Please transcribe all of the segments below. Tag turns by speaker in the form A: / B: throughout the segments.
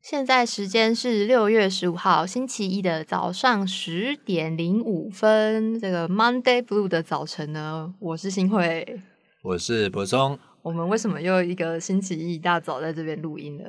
A: 现在时间是六月十五号星期一的早上十点零五分。这个 Monday Blue 的早晨呢，我是新慧。
B: 我是柏松，
A: 我们为什么又一个星期一大早在这边录音呢？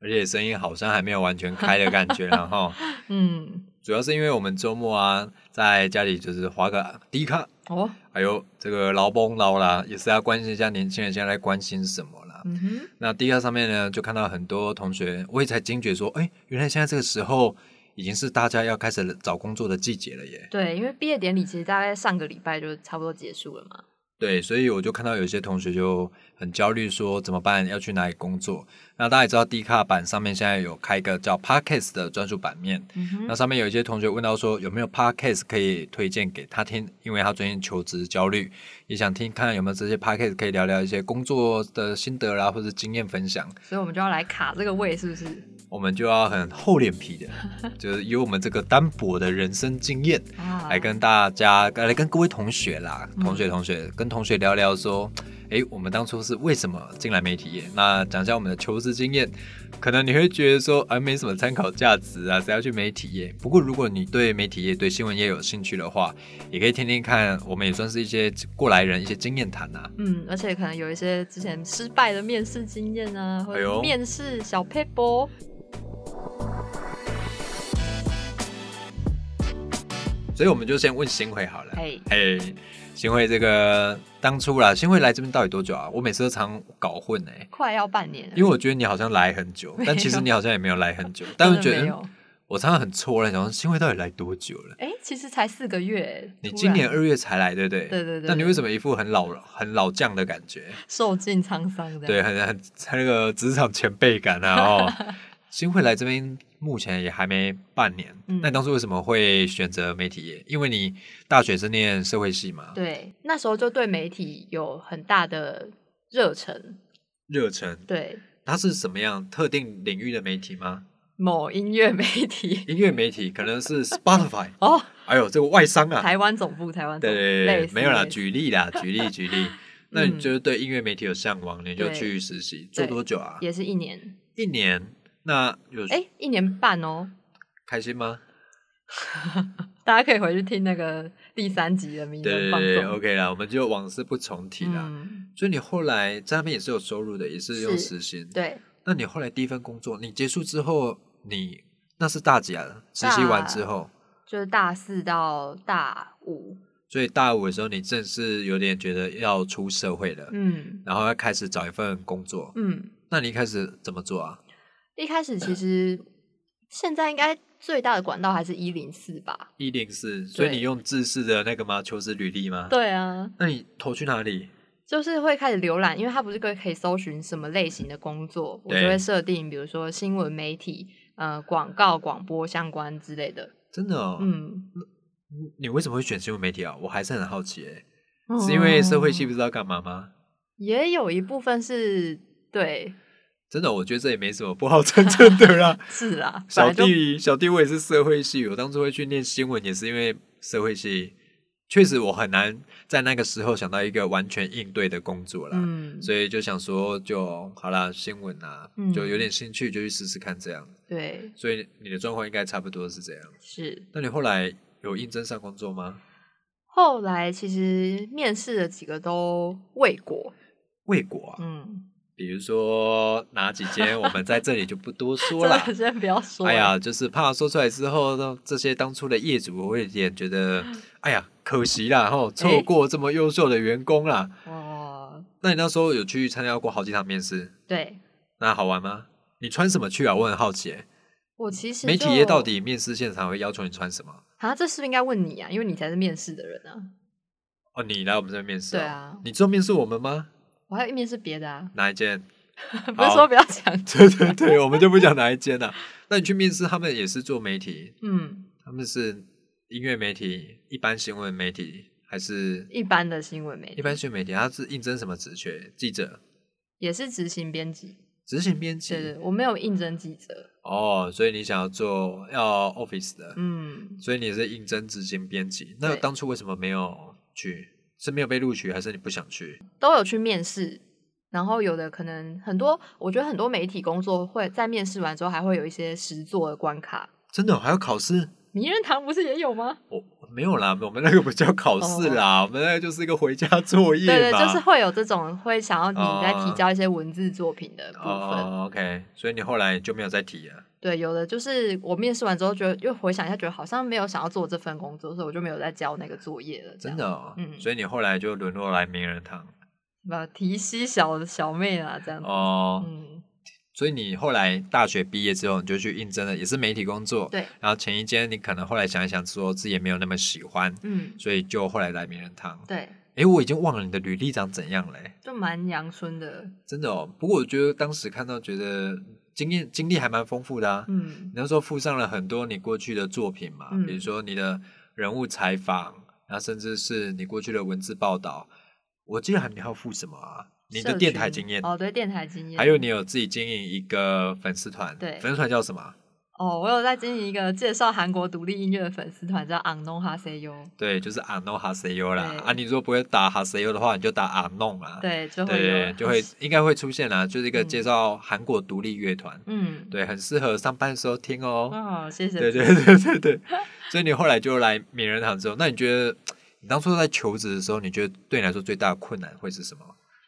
B: 而且声音好像还没有完全开的感觉，然后
A: 嗯，
B: 主要是因为我们周末啊，在家里就是滑个低卡，
A: 哦，
B: 还有这个劳崩劳啦，也是要关心一下年轻人现在在关心什么啦。
A: 嗯哼，
B: 那低卡上面呢，就看到很多同学，我也才惊觉说，哎，原来现在这个时候已经是大家要开始找工作的季节了耶。
A: 对，因为毕业典礼其实大概上个礼拜就差不多结束了嘛。
B: 对，所以我就看到有些同学就很焦虑，说怎么办？要去哪里工作？那大家也知道，低卡版上面现在有开一个叫 Podcast 的专属版面，
A: 嗯
B: 那
A: 哼，
B: 上面有一些同学问到说有没有 podcast 可以推荐给他听，因为他最近求职焦虑，也想听看看有没有这些 podcast 可以聊聊一些工作的心得啦，或者经验分享。
A: 所以我们就要来卡这个位，是不是？
B: 我们就要很厚脸皮的，就是以我们这个单薄的人生经验
A: 啊
B: 来跟大家，呃来跟各位同学啦，
A: 嗯
B: 同学同学跟同学聊聊说。诶，我们当初是为什么进来媒体业？那讲一下我们的求职经验，可能你会觉得说，啊，没什么参考价值啊，谁要去媒体业？不过如果你对媒体业、对新闻业有兴趣的话，也可以听听看，我们也算是一些过来人一些经验谈啊。
A: 嗯，而且可能有一些之前失败的面试经验啊，或
B: 哎
A: 者
B: 呦
A: 面试小 paper。
B: 所以我们就先问新会好了。
A: 哎，
B: 哎，新会这个当初啦，新会来这边到底多久啊？我每次都常搞混哎、
A: 快要半年了，
B: 因为我觉得你好像来很久
A: 嗯没，有
B: 但其实你好像也没有来 很久。但
A: 真
B: 我
A: 的
B: 觉得
A: 没
B: 嗯
A: 有。
B: 我常常很错乱，想说新会到底来多久了？
A: 哎、其实才四个月，
B: 你
A: 突
B: 今年
A: 然
B: 二月才来，对不对？
A: 对对对
B: 但你为什么一副很老很老将的感觉？
A: 受尽沧桑的，，
B: 对，啊很很那个职场前辈感啊！ 哦，新会来这边目前也还没半年。
A: 嗯
B: 那你当初为什么会选择媒体业？因为你大学是念社会系嘛，
A: 对，那时候就对媒体有很大的热忱，
B: 热忱
A: 对
B: 它是什么样特定领域的媒体吗？
A: 某音乐媒体
B: 音乐媒体可能是 Spotify，
A: 哦，
B: 还有这个外商啊，
A: 台湾总部，台湾总
B: 对
A: 部，
B: 对
A: 类
B: 对，
A: 似
B: 没有啦，
A: 类似嗯
B: 举例啦，举例 举例。那你就是对音乐媒体有向往，你就
A: 对
B: 去实习，做
A: 对
B: 多久啊？
A: 也是一年，
B: 一年。那有
A: 哎、一年半哦，
B: 开心吗？
A: 大家可以回去听那个第三集的名
B: 对
A: 人
B: 对
A: 放
B: 对对
A: 送。
B: ，OK 啦，我们就往事不重提啦。
A: 嗯，
B: 所以你后来在那边也是有收入的，也是用
A: 是
B: 实习。
A: 对，
B: 那你后来第一份工作，你结束之后，你那是大几啊？实习完之
A: 大
B: 后，
A: 就是大四到大五，
B: 所以大五的时候，你正式有点觉得要出社会了，
A: 嗯
B: 然后要开始找一份工作。
A: 嗯，
B: 那你一开始怎么做啊？
A: 一开始其实现在应该最大的管道还是一零四吧？
B: 一零四，所以你用自式的那个吗？求职履历吗？。
A: 对啊，
B: 那你投去哪里？
A: 就是会开始浏览，因为它不是可以可以搜寻什么类型的工作，我就
B: 对
A: 会设定，比如说新闻媒体、呃广告、广播相关之类的。
B: 真的哦，
A: 嗯，
B: 你你为什么会选新闻媒体啊？我还是很好奇诶，是因为社会系
A: 哦
B: 不知道干嘛吗？
A: 也有一部分是对，
B: 真的，我觉得这也没什么不好争论的啦。
A: 是啦， 本
B: 小
A: 来就
B: 弟，小弟，我也是社会系，我当初会去念新闻，也是因为社会系，确实我很难在那个时候想到一个完全应对的工作啦。
A: 嗯，
B: 所以就想说就好啦，新闻啊，
A: 嗯
B: 就有点兴趣就去试试看这样。
A: 对，
B: 所以你的状况应该差不多是这样。
A: 是。
B: 那你后来有应征上工作吗？
A: 后来其实面试的几个都未果，
B: 未果啊，
A: 嗯，
B: 比如说哪几间，我们在这里就不多 说
A: 真
B: 啦
A: 的。先不要说了，
B: 哎呀，就是怕说出来之后，呢，这些当初的业主我会有点觉得，
A: 嗯
B: 哎呀，可惜啦，吼，
A: 哎
B: 错过这么优秀的员工啦。
A: 哇，
B: 那你那时候有去参加过好几场面试，
A: 哦对
B: 那好玩吗？你穿什么去啊？我很好奇、欸，
A: 我其实
B: 媒体业
A: 就
B: 到底面试现场会要求你穿什么？
A: 啊，这是不是应该问你啊？因为你才是面试的人啊。
B: 哦，你来我们这边面试、哦，
A: 对啊
B: 你之后面试我们吗？
A: 我还有一面是别的啊，
B: 哪一间？
A: 不是说不要讲。
B: 对对对，我们就不讲哪一间了、那你去面试，他们也是做媒体，
A: 嗯，
B: 他们是音乐媒体、一般新闻媒体，还是
A: 一般的新闻媒
B: 一
A: 体
B: 般新闻媒体？他是应征什么职缺？记者、
A: 也是执行编辑，
B: 执行编辑。
A: 对对，我没有应征记者。
B: 哦，所以你想要做要 office 的，
A: 嗯，
B: 所以你是应征执行编辑。那
A: 对
B: 当初为什么没有去？是没有被录取，还是你不想去？
A: 都有去面试，然后有的可能很多，我觉得很多媒体工作会在面试完之后还会有一些实作的关卡。
B: 真的还要考试？
A: 名人堂不是也有吗？
B: 我、没有啦，我们那个不叫考试啦，我们那个就是一个回家作业嘛。
A: 哦对对，就是会有这种会想要你在提交一些文字作品的部分。
B: 哦，OK，所以你后来就没有再提了。
A: 对，有的就是我面试完之后觉得，又回想一下，觉得好像没有想要做这份工作，所以我就没有再交那个作业了。这
B: 真
A: 样
B: 的、哦，
A: 嗯
B: 所以你后来就沦落来名人堂
A: 把提膝小小妹啊，这样子。
B: 哦。
A: 嗯，
B: 所以你后来大学毕业之后，你就去应征了，也是媒体工作。
A: 对，
B: 然后前一间你可能后来想一想，说自己也没有那么喜欢，
A: 嗯，
B: 所以就后来来名人堂。
A: 对，
B: 诶，我已经忘了你的履历长怎样嘞、
A: 就蛮阳春的。
B: 真的哦。不过我觉得当时看到，觉得经验经历还蛮丰富的啊。
A: 嗯
B: 你那时候附上了很多你过去的作品嘛，
A: 嗯
B: 比如说你的人物采访，然后甚至是你过去的文字报道。我记得还你还要附什么啊？你的
A: 社
B: 电台
A: 群
B: 经验，
A: 哦，对，电台经验。
B: 还有你有自己经营一个粉丝团，
A: 对
B: 粉丝团叫什么啊？
A: 哦，我有在经营一个介绍韩国独立音乐的粉丝团，叫 Unknown h a s e y o
B: 对，就是阿弄哈塞优啦
A: 对。
B: 啊，你如果不会打哈塞优的话，你就打阿弄啦。
A: 对，就会有
B: 对，就会应该会出现啦，就是一个
A: 嗯
B: 介绍韩国独立乐团，
A: 嗯，
B: 对，很适合上班的时候听哦。
A: 哦，谢谢。
B: 对对对对对，所以你后来就来名人堂之后，那你觉得你当初在求职的时候，你觉得对你来说最大的困难会是什么？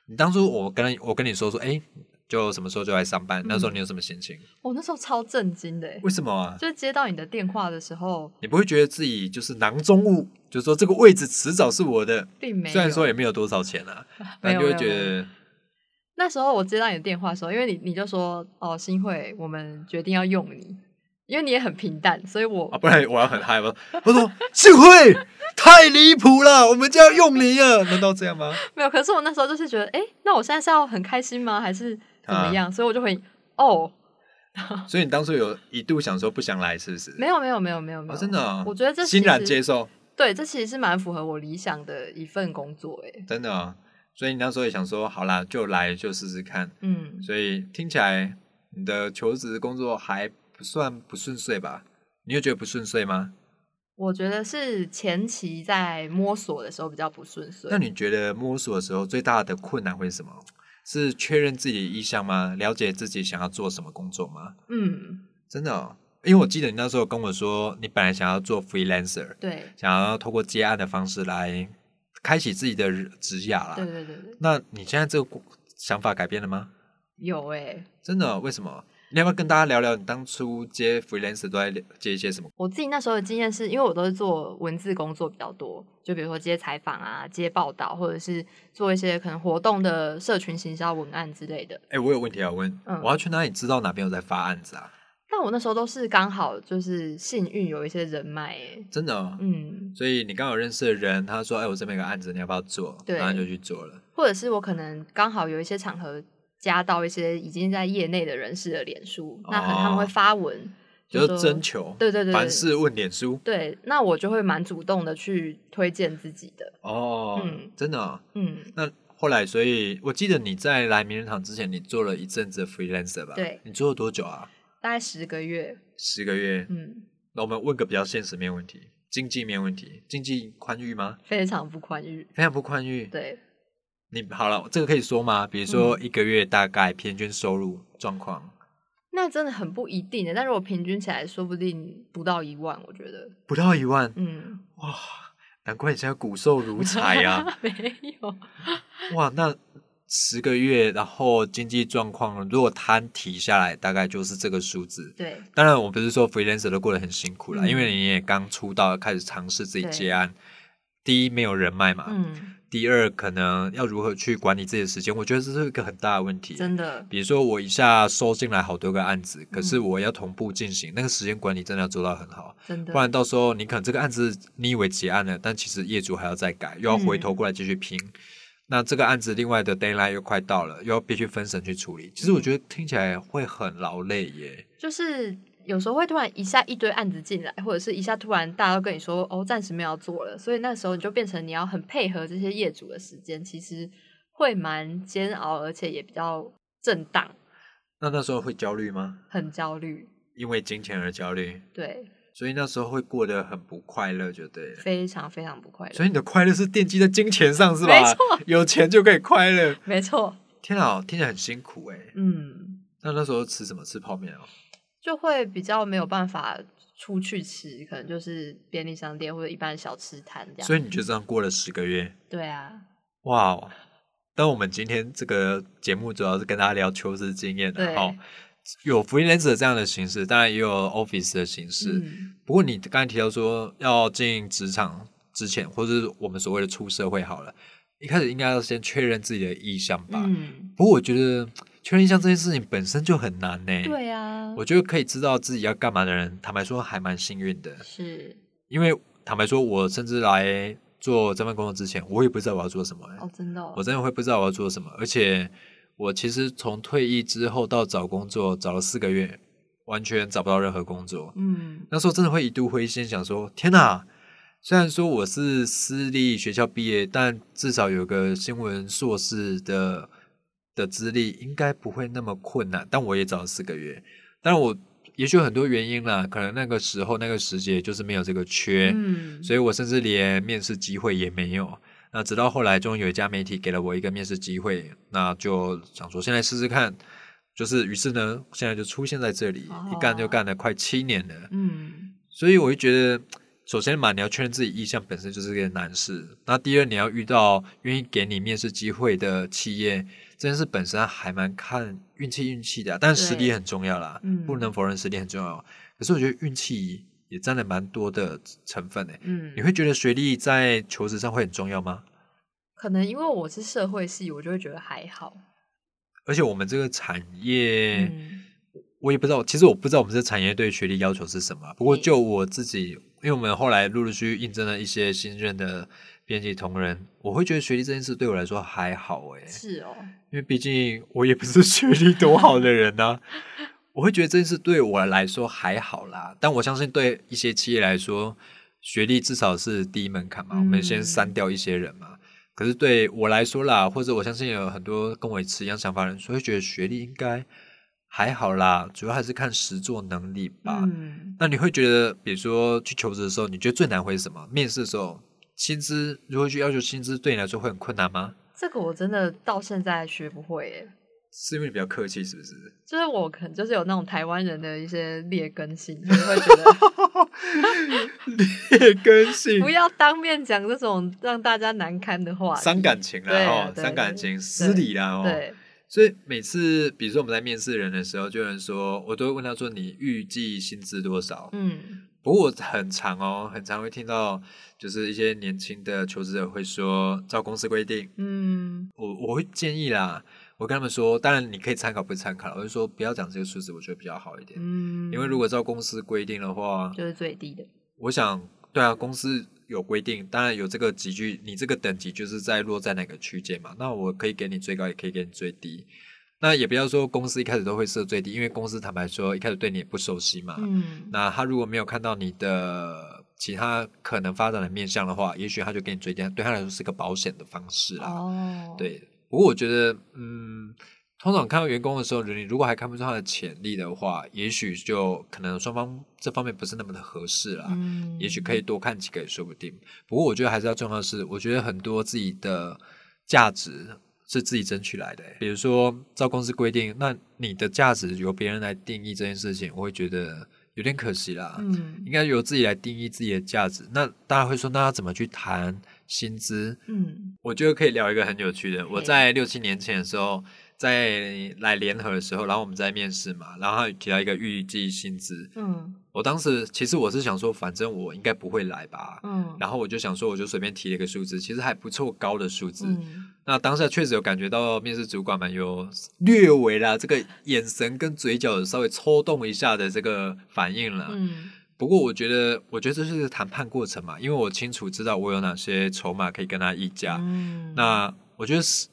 B: 你当初我跟我跟你说说，哎，就什么时候就来上班？那时候
A: 嗯
B: 你有什么心情？
A: 我哦那时候超震惊的耶，欸
B: 为什么啊？
A: 就接到你的电话的时候，
B: 你不会觉得自己就是囊中物，就是说这个位置迟早是我的，
A: 并没有。
B: 虽然说也没有多少钱 啊，
A: 没
B: 但
A: 有
B: 就会
A: 没有
B: 觉
A: 没有
B: 得
A: 那时候我接到你的电话的时候，因为你你就说哦，新会，我们决定要用你，因为你也很平淡，所以我、
B: 啊，不然我要很嗨吗？我说幸会太离谱了，我们就要用你了，难道这样吗？
A: 没有。可是我那时候就是觉得，哎，那我现在是要很开心吗？还是怎么
B: 啊
A: 样？所以我就回你哦，
B: 所以你当初有一度想说不想来，是不是？
A: 没有没有没有没有没有、
B: 啊，真的啊、
A: 我觉得这
B: 欣
A: 其
B: 然
A: 实
B: 接受，
A: 对，这其实是蛮符合我理想的一份工作，哎，
B: 真的啊、所以你那时候也想说，好啦，就来就试试看。
A: 嗯，
B: 所以听起来你的求职工作还不算不顺遂吧？你有觉得不顺遂吗？
A: 我觉得是前期在摸索的时候比较不顺遂
B: 那。你觉得摸索的时候最大的困难会是什么？是确认自己的意向吗？了解自己想要做什么工作吗？
A: 嗯，
B: 真的、哦，因为我记得你那时候跟我说，你本来想要做 freelancer，
A: 对，
B: 想要透过接案的方式来开启自己的职涯啦。
A: 对对对对，
B: 那你现在这个过想法改变了吗？
A: 有哎、
B: 真的哦？为什么？你要不要跟大家聊聊你当初接 freelancer 都在接一些什么？
A: 我自己那时候的经验是，因为我都是做文字工作比较多，就比如说接采访啊、接报道，或者是做一些可能活动的社群行销文案之类的。
B: 哎，我有问题要问，
A: 嗯
B: 我要去哪里知道哪边有在发案子啊？
A: 但我那时候都是刚好就是幸运有一些人脉、欸，
B: 真的、哦？
A: 嗯，
B: 所以你刚好认识的人，他说：“哎，我这边有个案子，你要不要做？”
A: 对
B: 然后就去做了。
A: 或者是我可能刚好有一些场合加到一些已经在业内的人士的脸书，那可能他们会
B: 哦
A: 发文，
B: 就是
A: 说
B: 征求，
A: 对对对对
B: 凡事问脸书
A: 对，那我就会蛮主动的去推荐自己的，
B: 哦，
A: 嗯
B: 真的哦、
A: 嗯，
B: 那后来，所以我记得你在来名人堂之前，你做了一阵子的 freelancer 吧？
A: 对
B: 你做了多久啊？
A: 大概十个月，
B: 十个月。
A: 嗯，
B: 那我们问个比较现实面问题，经济面问题，经济宽裕吗？
A: 非常不宽裕，
B: 非常不宽裕。
A: 对。
B: 你好了，这个可以说吗？比
A: 嗯
B: 如说一个月大概平均收入状况，
A: 那真的很不一定的，欸但如果平均起来，说不定不到一万，我觉得，
B: 不到一万，
A: 嗯，
B: 哇！难怪你现在骨瘦如柴 啊！
A: 没有，
B: 哇，那十个月，然后经济状况如果摊提下来，大概就是这个数字。
A: 对
B: 当然，我不是说 freelancer 都过得很辛苦啦，
A: 嗯
B: 因为你也刚出道，开始尝试自己
A: 对
B: 接案。第一，没有人脉嘛；
A: 嗯，
B: 第二，可能要如何去管理自己的时间，我觉得这是一个很大的问题。
A: 真的，
B: 比如说，我一下收进来好多个案
A: 嗯
B: 子，可是我要同步进行，那个时间管理真的要做到很好，
A: 真的，
B: 不然到时候你可能这个案子你以为结案了，但其实业主还要再改，又要回头过来继续拼。
A: 嗯
B: 那这个案子另外的 d a y l i n e 又快到了，又要必须分神去
A: 嗯
B: 处理。其实我觉得听起来会很劳累耶。
A: 就是有时候会突然一下一堆案子进来，或者是一下突然大家都跟你说，哦，暂时没有要做了，所以那时候你就变成你要很配合这些业主的时间，其实会蛮煎熬，而且也比较震荡，
B: 那那时候会焦虑吗？
A: 很焦虑，
B: 因为金钱而焦虑，
A: 对，
B: 所以那时候会过得很不快乐，就对了。
A: 非常非常不快乐，
B: 所以你的快乐是奠基在金钱上，是吧？
A: 没错，
B: 有钱就可以快乐。
A: 没错，
B: 天啊，听起来很辛苦哎、
A: 嗯，
B: 那那时候吃什么？吃泡面哦。
A: 就会比较没有办法出去吃，可能就是便利商店或者一般小吃摊这样。
B: 所以你就这样过了十个月，
A: 对啊，
B: 哇哦！但我们今天这个节目主要是跟大家聊求职经验的
A: 对
B: 哈，有 freelancer 这样的形式，当然也有 office 的形式。
A: 嗯
B: 不过你刚才提到说要进职场之前，或者我们所谓的出社会好了，一开始应该要先确认自己的意向吧。
A: 嗯，
B: 不过我觉得确认意向这件事情本身就很难呢、
A: 对啊，
B: 我觉得可以知道自己要干嘛的人，坦白说还蛮幸运的。
A: 是
B: 因为坦白说，我甚至来做这份工作之前，我也不知道我要做什么、欸
A: 哦，真的、哦，
B: 我真的会不知道我要做什么。而且我其实从退役之后到找工作，找了四个月，完全找不到任何工作。
A: 嗯
B: 那时候真的会一度灰心，想说：天哪！虽然说我是私立学校毕业，但至少有个新闻硕士的的资历，应该不会那么困难。但我也找了四个月，当然我也许有很多原因啦，可能那个时候那个时节就是没有这个缺，
A: 嗯，
B: 所以我甚至连面试机会也没有。那直到后来，终于有一家媒体给了我一个面试机会，那就想说现在试试看。就是，于是呢，现在就出现在这里，一干就
A: 哦
B: 干了快七年了。
A: 嗯
B: 所以我就觉得，首先嘛，你要确认自己意向本身就是件难事。那第二，你要遇到愿意给你面试机会的企业，这件事本身还蛮看运气运气的啊、但实力
A: 对
B: 很重要啦，
A: 嗯
B: 不能否认实力很重要。可是我觉得运气也占了蛮多的成分诶、
A: 嗯，
B: 你会觉得学历在求职上会很重要吗？
A: 可能因为我是社会系，我就会觉得还好，
B: 而且我们这个产业，
A: 嗯
B: 我也不知道，其实我不知道我们这产业对学历要求是什么啊。不过
A: 嗯
B: 就我自己，因为我们后来陆陆续续应征了一些新任的编辑同仁，我会觉得学历这件事对我来说还好欸诶，
A: 是哦，
B: 因为毕竟我也不是 学历多好的人呐、我会觉得这件事对我来说还好啦，但我相信对一些企业来说，学历至少是第一门槛嘛，我们先
A: 嗯
B: 删掉一些人嘛。可是对我来说啦，或者我相信有很多跟我持一样想法的人，所以觉得学历应该还好啦，主要还是看实作能力吧。
A: 嗯
B: 那你会觉得，比如说去求职的时候，你觉得最难会是什么？面试的时候，薪资如何去要求薪资，对你来说会很困难吗？
A: 这个我真的到现在还学不会耶，
B: 是因为你比较客气，是不是？
A: 就是我可能就是有那种台湾人的一些劣根性，就是会觉 得
B: 劣根性
A: 不要当面讲这种让大家难堪的话，
B: 伤感情啦，
A: 对啊
B: 哦，
A: 对
B: 伤感
A: 对
B: 情，失礼啦，哦。
A: 对，
B: 所以每次，比如说我们在面试人的时候，就有人说，我都会问他说，你预计薪资多少？
A: 嗯
B: 不过我很常哦，很常会听到，就是一些年轻的求职者会说，照公司规定，
A: 嗯
B: 我我会建议啦，我跟他们说，当然你可以参考，不参考，我就说不要讲这个数字，我觉得比较好一点，
A: 嗯，
B: 因为如果照公司规定的话，
A: 就是最低的，
B: 我想，对啊，公司有规定，当然有这个集聚，你这个等级就是在落在哪个区间嘛。那我可以给你最高，也可以给你最低。那也不要说公司一开始都会设最低，因为公司坦白说一开始对你也不熟悉嘛。
A: 嗯
B: 啊那他如果没有看到你的其他可能发展的面向的话，也许他就给你最低，对他来说是个保险的方式啦。
A: 哦，，
B: 对，不过我觉得，嗯，通常看到员工的时候，你如果还看不出他的潜力的话，也许就可能双方这方面不是那么的合适啦。
A: 嗯，
B: 也许可以多看几个也说不定。不过我觉得还是要重要的是，我觉得很多自己的价值是自己争取来的欸、比如说照公司规定，那你的价值由别人来定义这件事情，我会觉得有点可惜啦。
A: 嗯
B: 应该由自己来定义自己的价值。那大家会说，那要怎么去谈薪资？
A: 嗯
B: 我觉得可以聊一个很有趣的。我
A: 嘿
B: 在六七年前的时候，在来联合的时候，然后我们在面试嘛，然后他有提到一个预计薪资，
A: 嗯
B: 我当时其实我是想说，反正我应该不会来吧。
A: 嗯，
B: 然后我就想说，我就随便提了一个数字，其实还不错高的数字。
A: 嗯
B: 那当下确实有感觉到面试主管们有略微啦，这个眼神跟嘴角有稍微抽动一下的这个反应啦。
A: 嗯
B: 不过我觉得，我觉得这是个谈判过程嘛，因为我清楚知道我有哪些筹码可以跟他议价。
A: 嗯，
B: 那我觉得是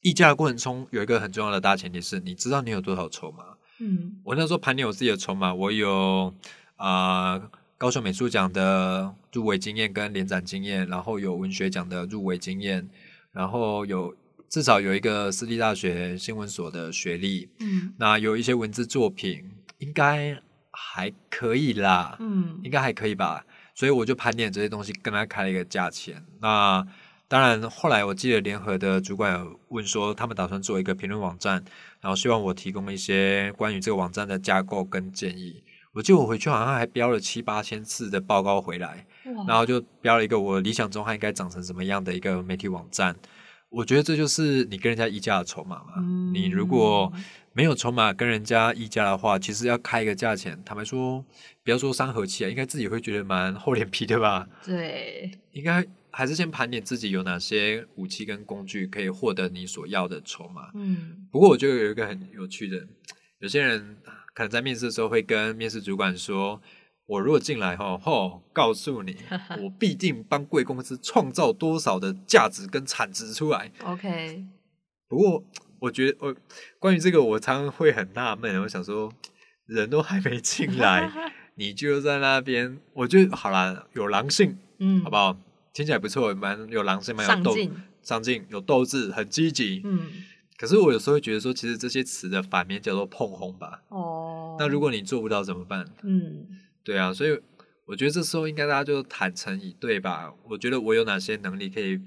B: 议价的过程中有一个很重要的大前提是，你知道你有多少筹码。
A: 嗯
B: 我那时候盘点我自己的筹码，我有啊、呃高雄美术奖的入围经验跟联展经验，然后有文学奖的入围经验，然后有至少有一个私立大学新闻所的学历，
A: 嗯
B: 那有一些文字作品，应该还可以啦，
A: 嗯
B: 应该还可以吧。所以我就盘点这些东西，跟他开了一个价钱。那当然，后来我记得联合的主管有问说，他们打算做一个评论网站，然后希望我提供一些关于这个网站的架构跟建议。我记得我回去好像还标了七八千次的报告回来，然
A: 哇，
B: 后就标了一个我理想中它应该长成什么样的一个媒体网站。我觉得这就是你跟人家议价的筹码嘛。
A: 嗯
B: 你如果没有筹码跟人家议价的话，其实要开一个价钱，坦白说，不要说伤和气啊，应该自己会觉得蛮厚脸皮的吧？
A: 对，
B: 应该还是先盘点自己有哪些武器跟工具可以获得你所要的筹码。
A: 嗯，
B: 不过我觉得有一个很有趣的，有些人可能在面试的时候会跟面试主管说：“我如果进来吼吼，告诉你，我必定帮贵公司创造多少的价值跟产值出来。
A: OK，”
B: 不过我觉得，我关于这个，我常常会很纳闷，我想说，人都还没进 来，你就在那边，我觉得好啦，有狼性，
A: 嗯，
B: 好不好？听起来不错，蛮有狼性，蛮有
A: 上
B: 斗
A: 进，
B: 上进，有斗志，很积极。
A: 嗯，
B: 可是我有时候会觉得说，其实这些词的反面叫做碰轰吧。
A: 哦，
B: 那如果你做不到怎么办？
A: 嗯
B: 对啊，所以我觉得这时候应该大家就坦诚以对吧。我觉得我有哪些能力可以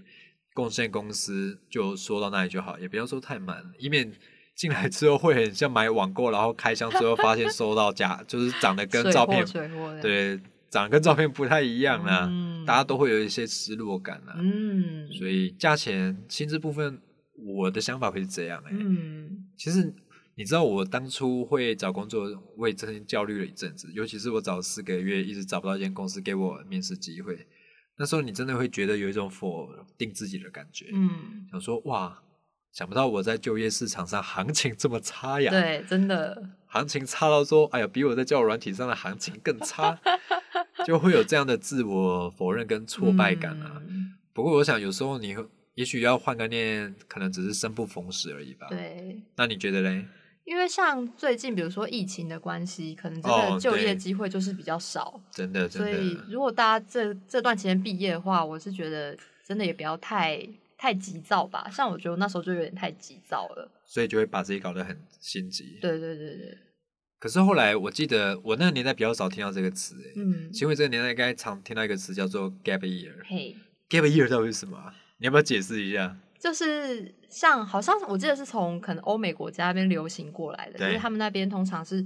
B: 贡献公司，就说到那里就好，也不要说太满，以免进来之后会很像买网购，然后开箱之后发现收到假，就是长得跟
A: 水
B: 照
A: 货
B: 片
A: 水货这样
B: 对，长得跟照片不太一样啦，
A: 嗯
B: 大家都会有一些失落感啦。
A: 嗯，
B: 所以价钱薪资部分，我的想法会是这样哎、
A: 嗯
B: 其实你知道，我当初会找工作，我也真的焦虑了一阵子，尤其是我找四个月，一直找不到一间公司给我面试机会。那时候你真的会觉得有一种否定自己的感觉，
A: 嗯，
B: 想说哇，想不到我在就业市场上行情这么差呀，
A: 对，真的，
B: 行情差到说，哎呀，比我在交友软体上的行情更 差，就会有这样的自我否认跟挫败感啊。
A: 嗯
B: 不过我想，有时候你会也许要换个念，可能只是生不逢时而已吧。，
A: 对，
B: 那你觉得嘞？
A: 因为像最近，比如说疫情的关系，可能真
B: 哦
A: 的就业
B: 对
A: 机会就是比较少，
B: 真的，真
A: 所以
B: 的，
A: 如果大家这这段期间毕业的话，我是觉得真的也不要太太急躁吧。像我觉得我那时候就有点太急躁了，
B: 所以就会把自己搞得很心急。。
A: 对对对对，
B: 可是后来，我记得我那个年代比较少听到这个词，哎、
A: 嗯，
B: 因为这个年代应该常听到一个词叫做 gap year。
A: 嘿，
B: gap year 到底是什么啊？你要不要解释一下？
A: 就是像好像我记得是从可能欧美国家那边流行过来的，就
B: 对
A: 是他们那边通常是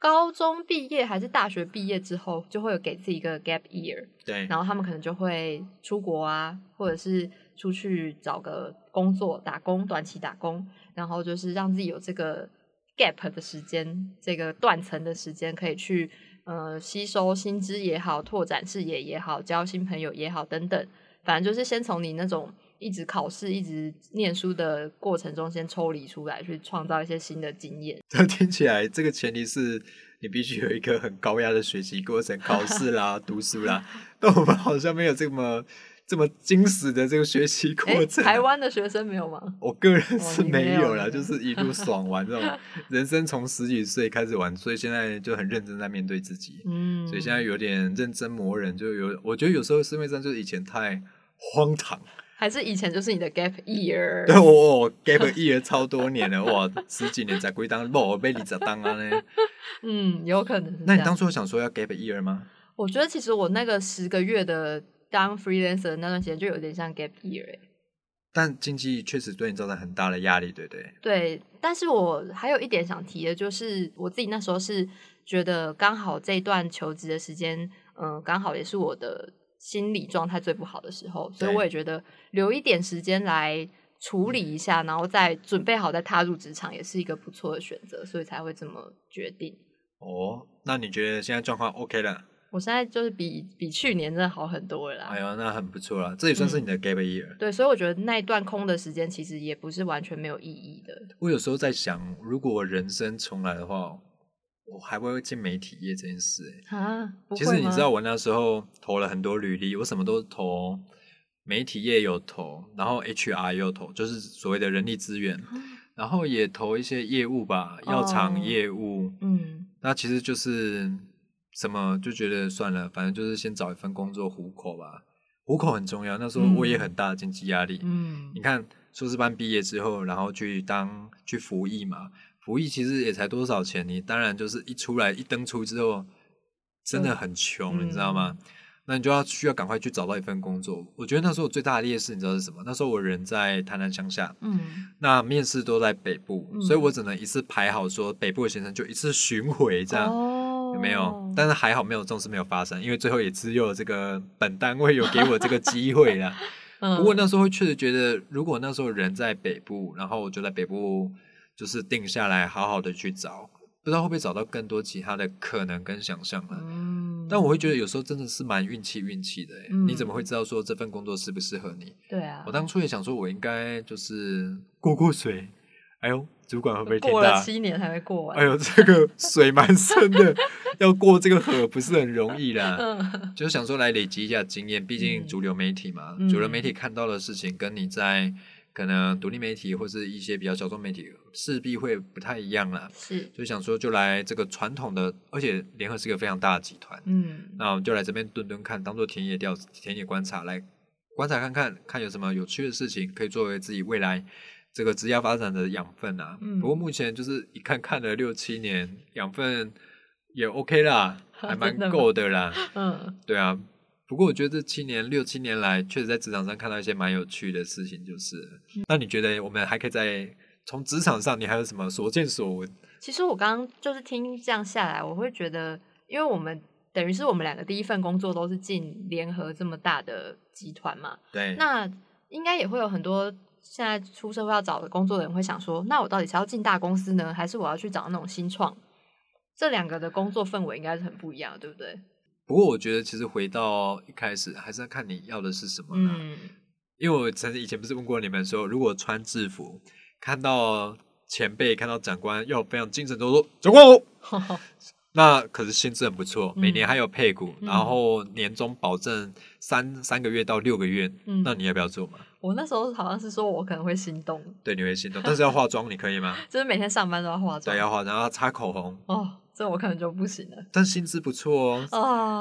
A: 高中毕业还是大学毕业之后，就会有给自己一个 gap year，
B: 对，
A: 然后他们可能就会出国啊，或者是出去找个工作打工，短期打工，然后就是让自己有这个 gap 的时间，这个断层的时间，可以去呃吸收新知也好，拓展视野也好，交新朋友也好等等，反正就是先从你那种。一直考试、一直念书的过程中，先抽离出来，去创造一些新的经验。
B: 这听起来，这个前提是你必须有一个很高压的学习过程，考试啦、读 书啦。但我们好像没有这么这么精实的这个学习 过
A: 诶，
B: 程。
A: 台，湾的学生没有吗？
B: 我个人是
A: 哦你没
B: 没
A: 有
B: 有啦，
A: 那个
B: 就是一路爽玩这 种人生，从十几岁开始玩，所以现在就很认真在面对自己，
A: 嗯，
B: 所以现在有点认真磨人，就有我觉得有时候市面上就是以前太荒唐，
A: 还是以前就是你的 gap year。
B: 对我我 gap year 超多年了，哇，十几年才归当，不我被你咋当啊呢？
A: 嗯，有可能是
B: 那
A: 这
B: 你当
A: 样。
B: 初有想说要 gap year 吗？
A: 我觉得其实我那个十个月的当 freelancer 的那段时间，就有点像 gap year 欸
B: 但经济确实对你造成很大的压力，对不对？
A: 对，但是我还有一点想提的，就是我自己那时候是觉得刚好这一段求职的时间，嗯、刚好也是我的心理状态最不好的时候，所以
B: 对
A: 我也觉得留一点时间来处理一下，然后再准备好再踏入职场，也是一个不错的选择，所以才会这么决定。
B: 哦，那你觉得现在状况 OK 了？
A: 我现在就是比比去年真的好很多了啦。
B: 哎呦，那很不错了，这也算
A: 嗯
B: 是你的 gap year。
A: 对，所以我觉得那一段空的时间其实也不是完全没有意义的。
B: 我有时候在想，如果我人生重来的话，我还会进媒体业这件事、欸。
A: 啊，不
B: 其
A: 会
B: 实你
A: 吗
B: 知道，我那时候投了很多履历，我什么都投，媒体业有投，然后 HR 也有投，就是所谓的人力资源，然后也投一些业务吧，药厂
A: 啊哦
B: 业务，
A: 嗯，
B: 那其实就是什么就觉得算了，反正就是先找一份工作糊口吧。糊口很重要，那时候我也很大的经济压力。
A: 嗯
B: 你看硕士班毕业之后，然后去当去服役嘛，服役其实也才多少钱，你当然就是一出来一登出之后，真的很穷，
A: 嗯
B: 你知道吗？那你就要需要赶快去找到一份工作。我觉得那时候我最大的劣势，你知道是什么？那时候我人在台南乡下，
A: 嗯，
B: 那面试都在北部，
A: 嗯
B: 所以我只能一次排好说北部的学生就一次巡回这样。
A: 哦
B: 有没有？但是还好没有这种事没有发生，因为最后也只有这个本单位有给我这个机会啦。
A: 嗯
B: 不过那时候确实觉得，如果那时候人在北部，然后我就在北部就是定下来，好好的去找，不知道会不会找到更多其他的可能跟想象啊。
A: 嗯
B: 但我会觉得有时候真的是蛮运气运气的欸、
A: 嗯
B: 你怎么会知道说这份工作适不适合你？
A: 对啊
B: 我，当初也想说，我应该就是过过水。哎呦，主管会不会听
A: 过
B: 到
A: 了
B: 啊？
A: 七年才会过完。
B: 哎呦，这个水蛮 深的，要过这个河不是很容易啦。
A: 嗯
B: 就是想说来累积一下经验，毕竟
A: 嗯
B: 主流媒体嘛，
A: 嗯
B: 主流媒体看到的事情跟你在可能独立媒体或是一些比较小众媒体势必会不太一样啦。
A: 是，
B: 所以想说就来这个传统的，而且联合是一个非常大的集团，
A: 嗯
B: 那我们就来这边蹲蹲看，当做田野调田野观察来观察看看，看有什么有趣的事情可以作为自己未来。这个职业发展的养分啊，
A: 嗯
B: 不过目前就是一看看了六七年，养分也 OK 啦，还蛮
A: 真的吗
B: 够的啦。
A: 嗯
B: 对啊，不过我觉得这七年六七年来，确实在职场上看到一些蛮有趣的事情，就是了。
A: 嗯
B: 那你觉得我们还可以在从职场上，你还有什么所见所闻？
A: 其实我刚刚就是听这样下来，我会觉得，因为我们等于是我们两个第一份工作都是进联合这么大的集团嘛，
B: 对，
A: 那应该也会有很多现在出社会要找的工作的人会想说，那我到底是要进大公司呢，还是我要去找那种新创？这两个的工作氛围应该是很不一样的，对不对？
B: 不过我觉得其实回到一开始，还是要看你要的是什么啦。
A: 嗯，
B: 因为我曾以前不是问过你们说，如果穿制服看到前辈、看到长官要有非常精神抖擞，长官哦。那可是薪资很不错，每年
A: 嗯
B: 还有配股，
A: 嗯
B: 然后年终保证三三个月到六个月，
A: 嗯
B: 那你要不要做嘛？
A: 我那时候好像是说我可能会心动，
B: 对，你会 心动，但是要化妆，你可以吗？
A: 就是每天上班都要化妆。
B: 对，要啊化妆，然后擦口红，
A: 哦，这我可能就不行了。
B: 但薪资不错哦，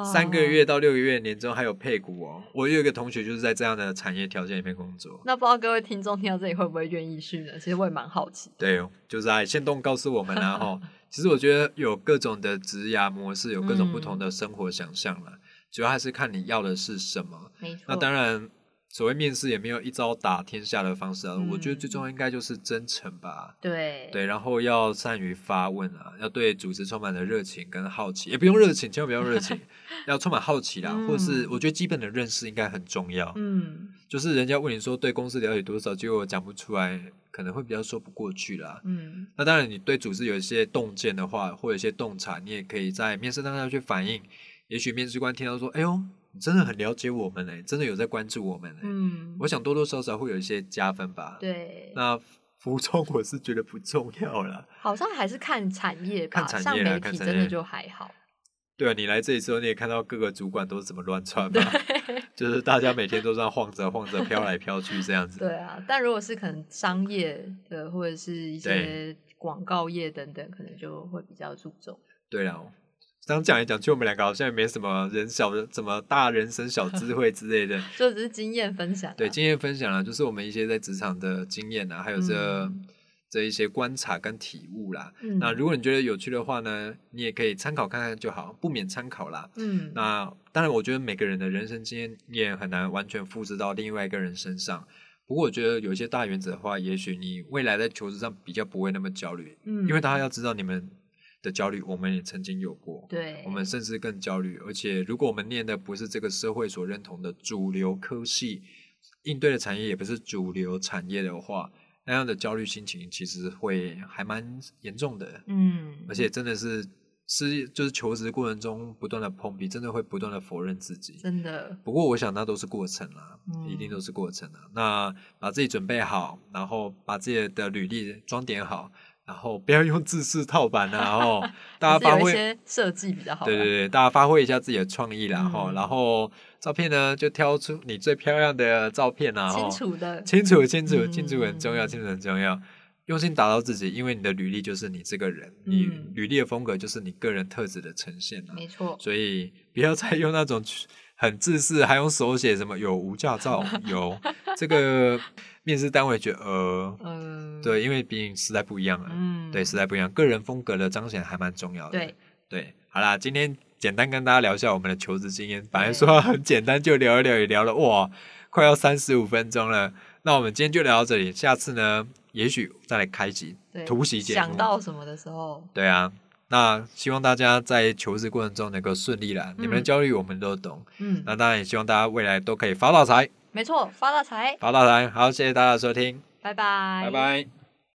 A: 哦，
B: 三个。月到六个月年终还有配股哦。我有一个同学就是在这样的产业条件里面工作，
A: 那不知道各位听众听到这里会不会愿意去呢？其实我也蛮好奇。
B: 对哦，就是啊，先动告诉我 们然后其实我觉得有各种的职涯模式，有各种不
A: 嗯
B: 同的生活想象了，主要还是看你要的是什么。
A: 没错
B: 那当然，所谓面试也没有一招打天下的方式啊，我觉得最
A: 嗯
B: 重要应该就是真诚吧。
A: 对
B: 对，然后要善于发问啊，要对组织充满了热情跟好奇，也不用热情，千万不要 热情，要充满好奇啦，或者是
A: 嗯
B: 我觉得基本的认识应该很重要，
A: 嗯
B: 就是人家问你说对公司了解多少，结果讲不出来，可能会比较说不过去啦。
A: 嗯
B: 那当然，你对组织有一些洞见的话，或有一些洞察，你也可以在面试当中去反映。也许面试官听到说：“哎呦，你真的很了解我们嘞、欸真的有在关注我们嘞、欸
A: 嗯，
B: 我想多多少少会有一些加分吧。
A: 对，
B: 那服从 我是觉得不重要啦。
A: 好像还是看产业吧，
B: 看产
A: 像
B: 业啦啊
A: 媒
B: 看
A: 体
B: 产
A: 真的
B: 业
A: 就还好。
B: 对啊，你来这里之后，你也看到各个主管都是怎么乱窜嘛，就是大家每天都这样晃着晃着飘来飘去这样子。
A: 对啊，但如果是可能商业的或者是一些
B: 对
A: 广告业等等，可能就会比较注重。
B: 对啦，这样讲来讲去，我们两个好像也没什么人小什么大人生小智慧之类的。
A: 就只是经验分享、啊。
B: 对，经验分享啊，就是我们一些在职场的经验啊，还有这、
A: 嗯
B: 这一些观察跟体悟啦。
A: 嗯
B: 那如果你觉得有趣的话呢，你也可以参考看看就好，不免参考啦。
A: 嗯，
B: 那当然，我觉得每个人的人生经验很难完全复制到另外一个人身上。不过，我觉得有一些大原则的话，也许你未来在求职上比较不会那么焦虑，
A: 嗯
B: 因为大家要知道你们的焦虑，我们也曾经有过，
A: 对，
B: 我们甚至更焦虑。而且，如果我们念的不是这个社会所认同的主流科系，应对的产业也不是主流产业的话，那样的焦虑心情其实会还蛮严重的。
A: 嗯，
B: 而且真的是是就是求职过程中不断的碰壁，真的会不断的否认自己。
A: 真的，
B: 不过我想那都是过程啦，
A: 嗯
B: 一定都是过程啦。那把自己准备好，然后把自己的履历装点好，然后不要用自式套版啊， 哦，大家
A: 还是有
B: 发
A: 一
B: 挥。
A: 些设计比较好啦。
B: 对对对，大家发挥一下自己的创意啦，吼、
A: 嗯
B: 然后照片呢就挑出你最漂亮的照片啦，吼
A: 清楚的，
B: 清楚，清楚，清楚很重要，
A: 嗯
B: 清楚很重要。用心打造自己，因为你的履历就是你这个人，你
A: 嗯
B: 履历的风格就是你个人特质的呈现啊。
A: 没错，
B: 所以不要再用那种很自私，还用手写什么有无 驾照有这个面试单位觉得呃，
A: 嗯，，
B: 对，因为毕竟时代不一样了，
A: 嗯，
B: 对，时代不一样，个人风格的彰显还蛮重要的。
A: 对，
B: 对，好啦，今天简单跟大家聊一下我们的求职经验，本来说很简单，就聊一聊，也聊了哇，快要三十五分钟了。那我们今天就聊到这里，下次呢，也许再来开集
A: 对，
B: 突袭节目。
A: 想到什么的时候，
B: 对啊，那希望大家在求职过程中能够顺利啦。你们的
A: 嗯
B: 焦虑我们都懂，
A: 嗯，
B: 那当然也希望大家未来都可以发大财，
A: 没错，发大财，
B: 发大财。好，谢谢大家的收听，
A: 拜拜，
B: 拜拜